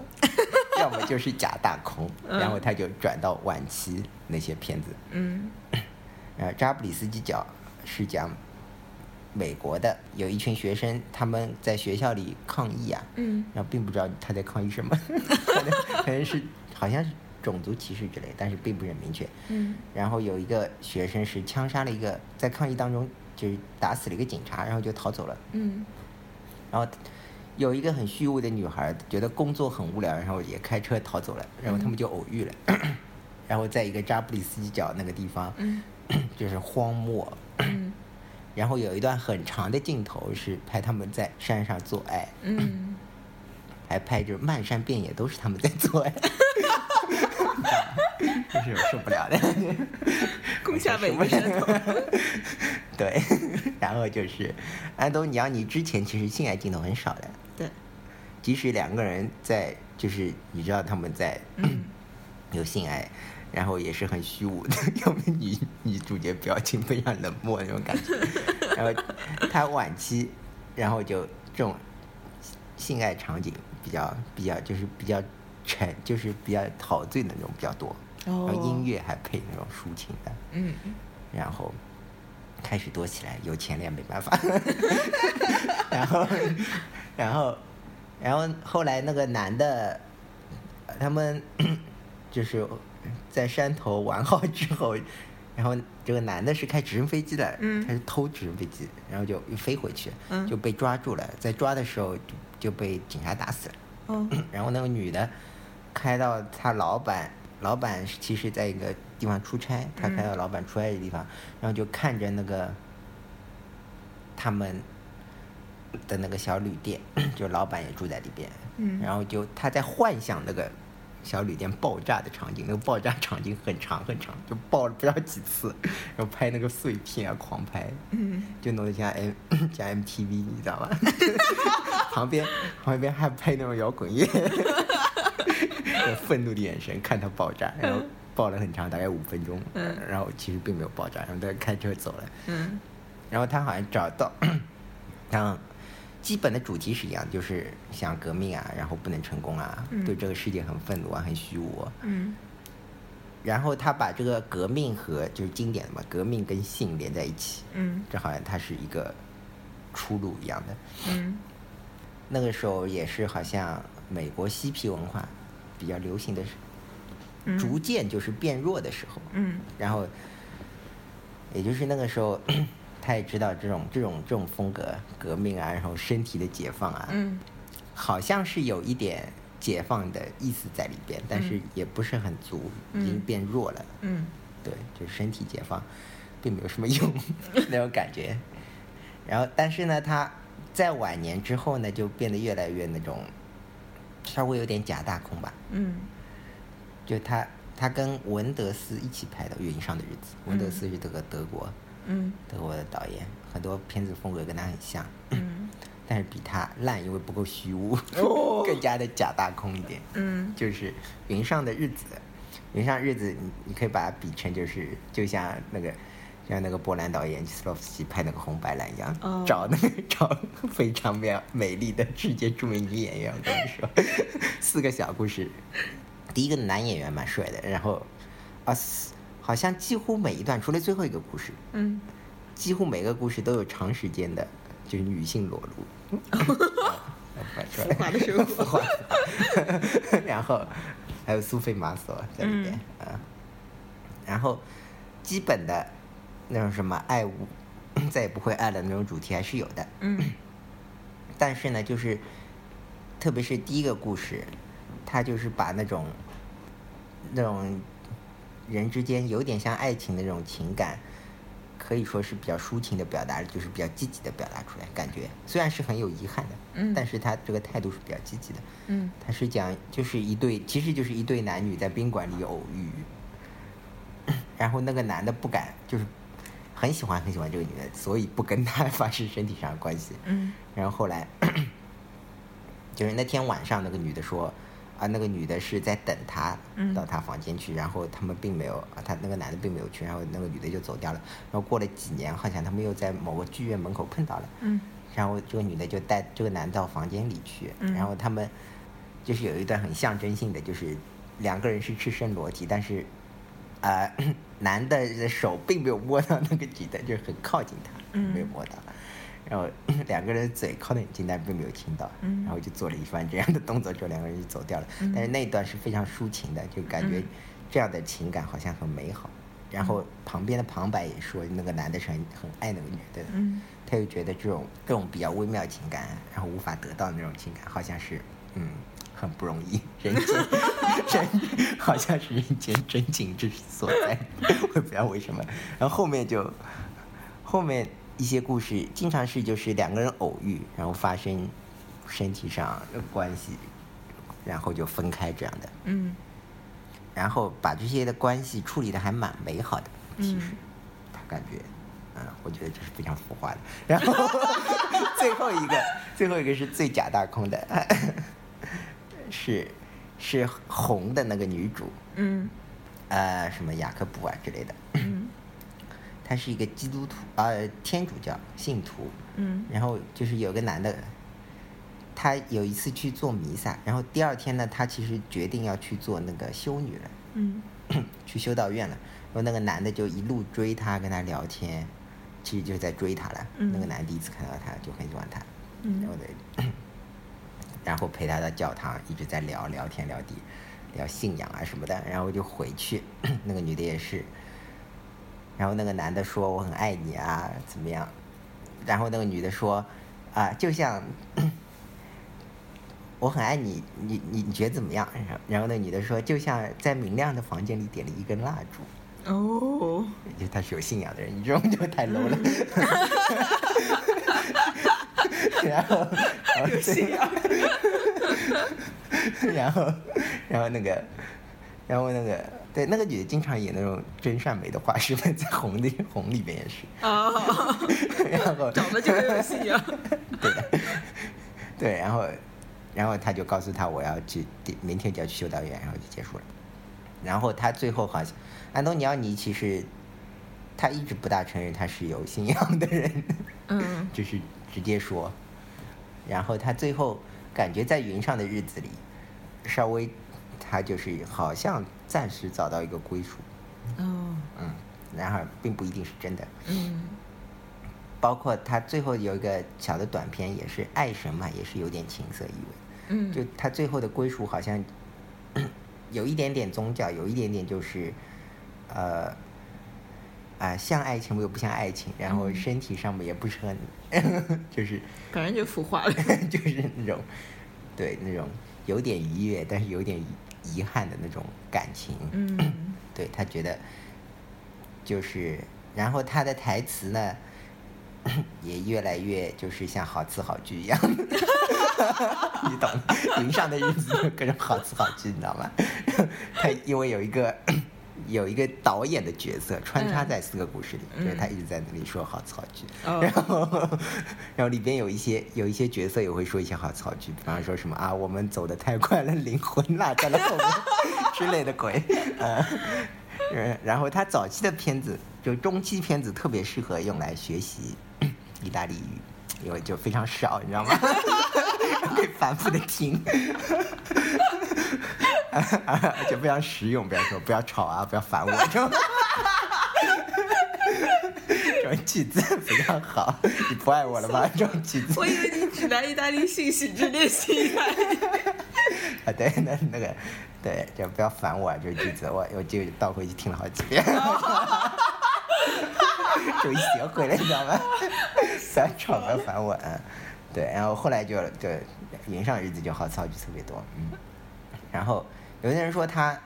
Speaker 2: 要么就是假大空。然后他就转到晚期那些片子，
Speaker 1: 嗯
Speaker 2: 呃，扎布里斯基角是讲美国的有一群学生，他们在学校里抗议啊，
Speaker 1: 嗯
Speaker 2: 然后并不知道他在抗议什么， 可能可能是好像是种族歧视之类，但是并不是很明确。
Speaker 1: 嗯
Speaker 2: 然后有一个学生是枪杀了一个在抗议当中就是打死了一个警察，然后就逃走了。
Speaker 1: 嗯
Speaker 2: 然后有一个很虚无的女孩，觉得工作很无聊，然后也开车逃走了，然后他们就偶遇了，然后在一个扎布里斯基角那个地方，
Speaker 1: 嗯
Speaker 2: 就是荒漠，
Speaker 1: 嗯
Speaker 2: 然后有一段很长的镜头是拍他们在山上做爱，
Speaker 1: 嗯
Speaker 2: 还拍着漫山遍野都是他们在做爱。就是我受不了的，
Speaker 1: 攻下每个山头
Speaker 2: 对，然后就是安东尼奥尼之前其实性爱镜头很少的，
Speaker 1: 对
Speaker 2: 即使两个人在，就是你知道他们在、 有性爱，然后也是很虚无的，要么女女主角表情非常冷漠那种感觉，然后他晚期，然后就这种性爱场景比较比较就是比较沉，就是比较陶醉的那种比较多，然后音乐还配那种抒情的，
Speaker 1: 嗯，
Speaker 2: 然后开始多起来，有钱了也没办法。 然后，然后，然后后来那个男的，呃他们 就是在山头玩好之后，然后这个男的是开直升飞机的，
Speaker 1: 嗯
Speaker 2: 他是偷直升飞机，然后就又飞回去，
Speaker 1: 嗯
Speaker 2: 就被抓住了。在抓的时候就就被警察打死了。
Speaker 1: 哦，
Speaker 2: 然后那个女的开到她老板，老板是其实在一个地方出差，她开
Speaker 1: 嗯
Speaker 2: 到老板出差的地方，然后就看着那个他们的那个小旅店， 就老板也住在里边，
Speaker 1: 嗯
Speaker 2: 然后就她在幻想那个。小旅店爆炸的场景，那个爆炸场景很长很长，就爆了不知道几次，然后拍那个碎片啊，狂拍，
Speaker 1: 嗯，
Speaker 2: 就弄得像 M 像 MTV，你知道吧？旁边旁边还配那种摇滚乐， 愤怒的眼神看他爆炸，然后爆了很长，大概五分钟，
Speaker 1: 嗯
Speaker 2: 然后其实并没有爆炸，然后他开车走了，
Speaker 1: 嗯，
Speaker 2: 然后他好像找到，像基本的主题是一样，就是想革命啊，然后不能成功啊，
Speaker 1: 嗯
Speaker 2: 对这个世界很愤怒啊，很虚无啊、
Speaker 1: 嗯，
Speaker 2: 然后他把这个革命和就是经典的嘛，革命跟性连在一起，
Speaker 1: 嗯，
Speaker 2: 这好像它是一个出路一样的。
Speaker 1: 嗯，
Speaker 2: 那个时候也是好像美国嬉皮文化比较流行的时，
Speaker 1: 嗯
Speaker 2: 逐渐就是变弱的时候。
Speaker 1: 嗯，
Speaker 2: 然后，也就是那个时候，他也知道这种这种这种风格革命啊，然后身体的解放啊，
Speaker 1: 嗯，
Speaker 2: 好像是有一点解放的意思在里边，但是
Speaker 1: 嗯
Speaker 2: 也不是很足，已经
Speaker 1: 嗯
Speaker 2: 变弱了。
Speaker 1: 嗯，
Speaker 2: 对，就是身体解放，并没有什么 用那种感觉。然后，但是呢，他在晚年之后呢，就变得越来越那种稍微有点假大空吧。
Speaker 1: 嗯，
Speaker 2: 就他他跟文德斯一起拍的《云上的日子》，文德
Speaker 1: 嗯
Speaker 2: 斯是这个德国
Speaker 1: 嗯，
Speaker 2: 德国的导演，很多片子风格跟他很像，
Speaker 1: 嗯，
Speaker 2: 但是比他烂，因为不够虚无，
Speaker 1: 哦
Speaker 2: 更加的假大空一点。
Speaker 1: 嗯，
Speaker 2: 就是云上的日子，云上日子你你可以把它比成就是就像那个像那个波兰导演基斯洛夫斯基拍那个红白蓝一样，
Speaker 1: 哦
Speaker 2: 找那个 找非常美美丽的世界著名女演员，我跟你说， 四个小故事，第一个男演员蛮帅的，然后啊四好像几乎每一段除了最后一个故事，
Speaker 1: 嗯，
Speaker 2: 几乎每个故事都有长时间的就是女性裸露，蛮帅
Speaker 1: 浮华的生活，
Speaker 2: 话，然后还有苏菲玛索在里面，嗯，然后基本的那种什么爱无再也不会爱了那种主题还是有的，
Speaker 1: 嗯，
Speaker 2: 但是呢，就是特别是第一个故事，它就是把那种那种人之间有点像爱情的那种情感。可以说是比较抒情的表达，就是比较积极的表达出来，感觉虽然是很有遗憾的，
Speaker 1: 嗯
Speaker 2: 但是他这个态度是比较积极的，
Speaker 1: 嗯，
Speaker 2: 他是讲就是一对，其实就是一对男女在宾馆里偶遇，然后那个男的不敢，就是很喜欢很喜欢这个女的，所以不跟她发生身体上的关系。
Speaker 1: 嗯，
Speaker 2: 然后后来就是那天晚上，那个女的说。啊，那个女的是在等他
Speaker 1: 嗯
Speaker 2: 到他房间去，然后他们并没有，啊他那个男的并没有去，然后那个女的就走掉了。然后过了几年，好像他们又在某个剧院门口碰到了，
Speaker 1: 嗯，
Speaker 2: 然后这个女的就带这个男到房间里去，
Speaker 1: 嗯
Speaker 2: 然后他们就是有一段很象征性的，就是两个人是赤身裸体，但是呃， 男的的手并没有摸到那个女的，就是很靠近她，
Speaker 1: 嗯
Speaker 2: 没有摸到。然后 两个人嘴靠得很近，但并没有亲到，
Speaker 1: 嗯
Speaker 2: 然后就做了一番这样的动作之后，两个人就走掉了。
Speaker 1: 嗯
Speaker 2: 但是那一段是非常抒情的，就感觉
Speaker 1: 嗯
Speaker 2: 这样的情感好像很美好。然后旁边的旁白也说，那个男的是很很爱那个女的的，
Speaker 1: 嗯，
Speaker 2: 他又觉得这种这种比较微妙的情感，然后无法得到的那种情感，好像是嗯很不容易，人间人好像是人间真情之所在，我也不知道为什么。然后后面就后面一些故事，经常是就是两个人偶遇，然后发生身体上的关系，然后就分开这样的，
Speaker 1: 嗯，
Speaker 2: 然后把这些的关系处理的还蛮美好的，其实、
Speaker 1: 嗯
Speaker 2: 他感觉，嗯，我觉得这是非常浮夸的。然后 最后一个，最后一个是最假大空的，是是红的那个女主，
Speaker 1: 嗯，
Speaker 2: 呃，什么雅克布啊之类的，
Speaker 1: 嗯，
Speaker 2: 他是一个基督徒呃天主教信徒，
Speaker 1: 嗯
Speaker 2: 然后就是有个男的，他有一次去做弥撒，然后第二天呢，他其实决定要去做那个修女了，
Speaker 1: 嗯
Speaker 2: 去修道院了。然后那个男的就一路追她，跟她聊天，其实就是在追她了。
Speaker 1: 嗯
Speaker 2: 那个男的第一次看到她就很喜欢她，然后
Speaker 1: 嗯
Speaker 2: 呢， 然后陪她到教堂一直在聊聊天聊地，聊信仰啊什么的，然后就回去， 那个女的也是，然后那个男的说我很爱你啊怎么样，然后那个女的说啊就像。 我很爱你，你你你觉得怎么样？然后然后那女的说，就像在明亮的房间里点了一根蜡烛，
Speaker 1: 哦，
Speaker 2: 就他是有信仰的人，你这种就太 low 了。然后， 然后
Speaker 1: 有信仰，
Speaker 2: 然后，然后那个，然后那个，对，那个女的经常演那种真善美的化身，在红的红里面也是。
Speaker 1: 哦，
Speaker 2: 然后，
Speaker 1: 长得就很有信仰，
Speaker 2: 对，然后，然后他就告诉他我要去，明天就要去修道院，然后就结束了。然后他最后好像，安东尼奥尼其实他一直不大承认他是有信仰的人。
Speaker 1: 嗯
Speaker 2: 就是直接说。然后他最后感觉在云上的日子里，稍微他就是好像暂时找到一个归属，
Speaker 1: 哦
Speaker 2: 嗯，然而并不一定是真的。
Speaker 1: 嗯
Speaker 2: 包括他最后有一个小的短片，也是爱神嘛，也是有点情色意味。
Speaker 1: 嗯，
Speaker 2: 就他最后的归属好像 有一点点宗教，有一点点就是，呃，啊、像爱情又不像爱情，然后身体上面也不是很， 就是
Speaker 1: 反正就腐化了，
Speaker 2: 就是那种，对那种有点愉悦，但是有点遗憾的那种感情。
Speaker 1: 嗯
Speaker 2: 对他觉得，就是，然后他的台词呢， 也越来越就是像好词好句一样， 你懂，云上的日子就各种好词好句，你知道吗？ 他因为有一个有一个导演的角色穿插在四个故事里，
Speaker 1: 嗯
Speaker 2: 就是他一直在那里说好词好句，
Speaker 1: 哦
Speaker 2: 然后 然后里边有一些有一些角色也会说一些好词好句，比方说什么啊，我们走得太快了，灵魂落在了后面之类的鬼，呃。呃然后他早期的片子，就中期片子特别适合用来学习意大利语，因为就非常少，你知道吗？ 可以反复的听， 就非常实用。不要说不要吵啊，不要烦我，这种这种句子非常好。你不爱我了吧？这种句子。
Speaker 1: 我以为你只来意大利信息，只练习意大利，
Speaker 2: 啊，对，那那个，对，就不要烦我啊，这个句子，我我就倒回去听了好几遍， 终于学会了，你知道吗？ 不要吵，不要烦我啊。对，然后后来就就云上日子就好操句特别多，嗯。然后有的人说他，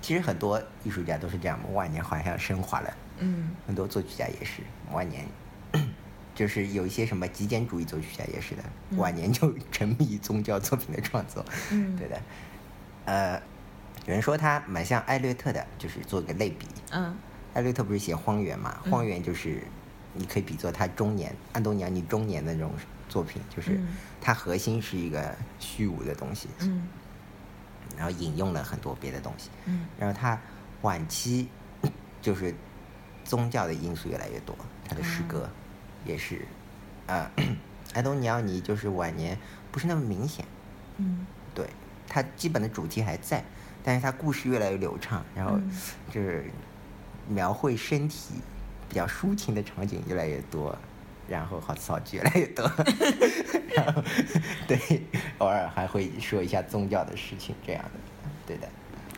Speaker 2: 其实很多艺术家都是这样，晚年好像升华了，
Speaker 1: 嗯
Speaker 2: 很多作曲家也是晚年，就是有一些什么极简主义作曲家也是的，晚年就沉迷于宗教作品的创作。
Speaker 1: 嗯
Speaker 2: 对的。呃，有人说他蛮像艾略特的，就是做个类比。
Speaker 1: 嗯
Speaker 2: 艾略特不是写《荒原》嘛，《荒原》就是你可以比作他中年安东尼奥尼中年的那种作品，就是
Speaker 1: 嗯
Speaker 2: 它核心是一个虚无的东西，
Speaker 1: 嗯
Speaker 2: 然后引用了很多别的东西。
Speaker 1: 嗯
Speaker 2: 然后他晚期就是宗教的因素越来越多，他的诗
Speaker 1: 嗯
Speaker 2: 歌也是，呃， 安东尼奥尼就是晚年不是那么明显，
Speaker 1: 嗯
Speaker 2: 对，他基本的主题还在，但是他故事越来越流畅，然后
Speaker 1: 嗯
Speaker 2: 就是描绘身体比较抒情的场景越来越多，然后好词好句越来越 多，然后对，偶尔还会说一下宗教的事情这样的，对的。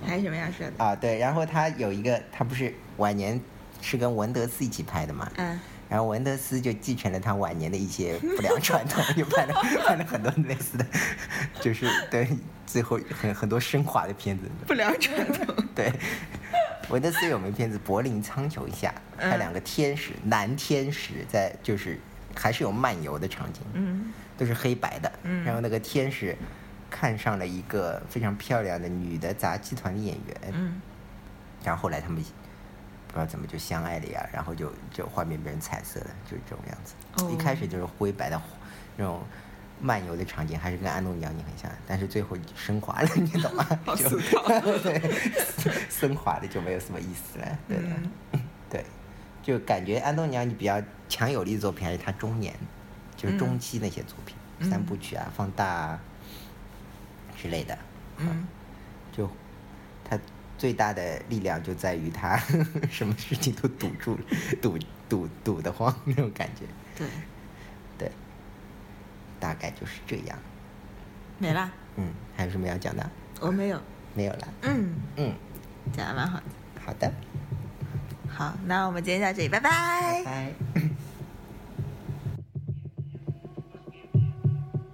Speaker 1: 还有什么要说的？
Speaker 2: 啊，对，然后他有一个，他不是晚年是跟文德斯一起拍的嘛，
Speaker 1: 嗯
Speaker 2: 然后文德斯就继承了他晚年的一些不良传统，就拍了拍了很多类似的，就是对，最后很很多升华的片子，
Speaker 1: 不良传统，
Speaker 2: 对。文德斯有名片子《柏林苍穹下》，拍
Speaker 1: 嗯
Speaker 2: 两个天使，男天使在就是还是有漫游的场景，
Speaker 1: 嗯
Speaker 2: 都是黑白的。
Speaker 1: 嗯
Speaker 2: 然后那个天使看上了一个非常漂亮的女的杂技团的演员，
Speaker 1: 嗯
Speaker 2: 然后后来他们不知道怎么就相爱了呀，然后就就画面变成彩色的，就是这种样子。
Speaker 1: 哦
Speaker 2: 一开始就是灰白的那种漫游的场景，还是跟安东尼奥尼很像，但是最后升华了，你懂吗？
Speaker 1: 好
Speaker 2: 就
Speaker 1: 俗套
Speaker 2: 对，升华了就没有什么意思了，对的，
Speaker 1: 嗯
Speaker 2: 对。就感觉安东尼奥你比较强有力的作品还是他中年，就是中期那些作品，
Speaker 1: 嗯
Speaker 2: 三部曲啊、放大啊之类的，
Speaker 1: 嗯，
Speaker 2: 就他最大的力量就在于他 什么事情都堵住了， 堵堵堵得慌那种感觉，
Speaker 1: 对，
Speaker 2: 对，大概就是这样。
Speaker 1: 没啦，
Speaker 2: 嗯，还有什么要讲的？
Speaker 1: 我没有，
Speaker 2: 没有了。
Speaker 1: 嗯，
Speaker 2: 嗯，
Speaker 1: 讲的蛮好的。
Speaker 2: 好的，
Speaker 1: 好，那我们今天到这里，拜
Speaker 2: 拜
Speaker 1: 拜。
Speaker 2: 拜。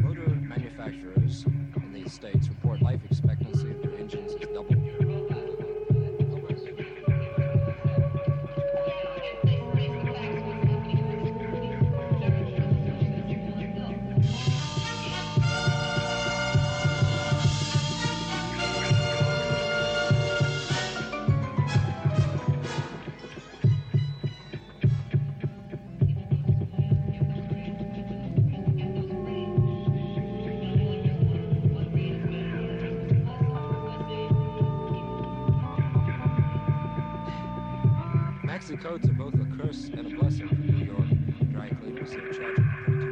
Speaker 4: Motor manufacturers in these states report life expectancy of their engines is double. Maxi coats are both a curse and a blessing for New York dry cleaners and charging.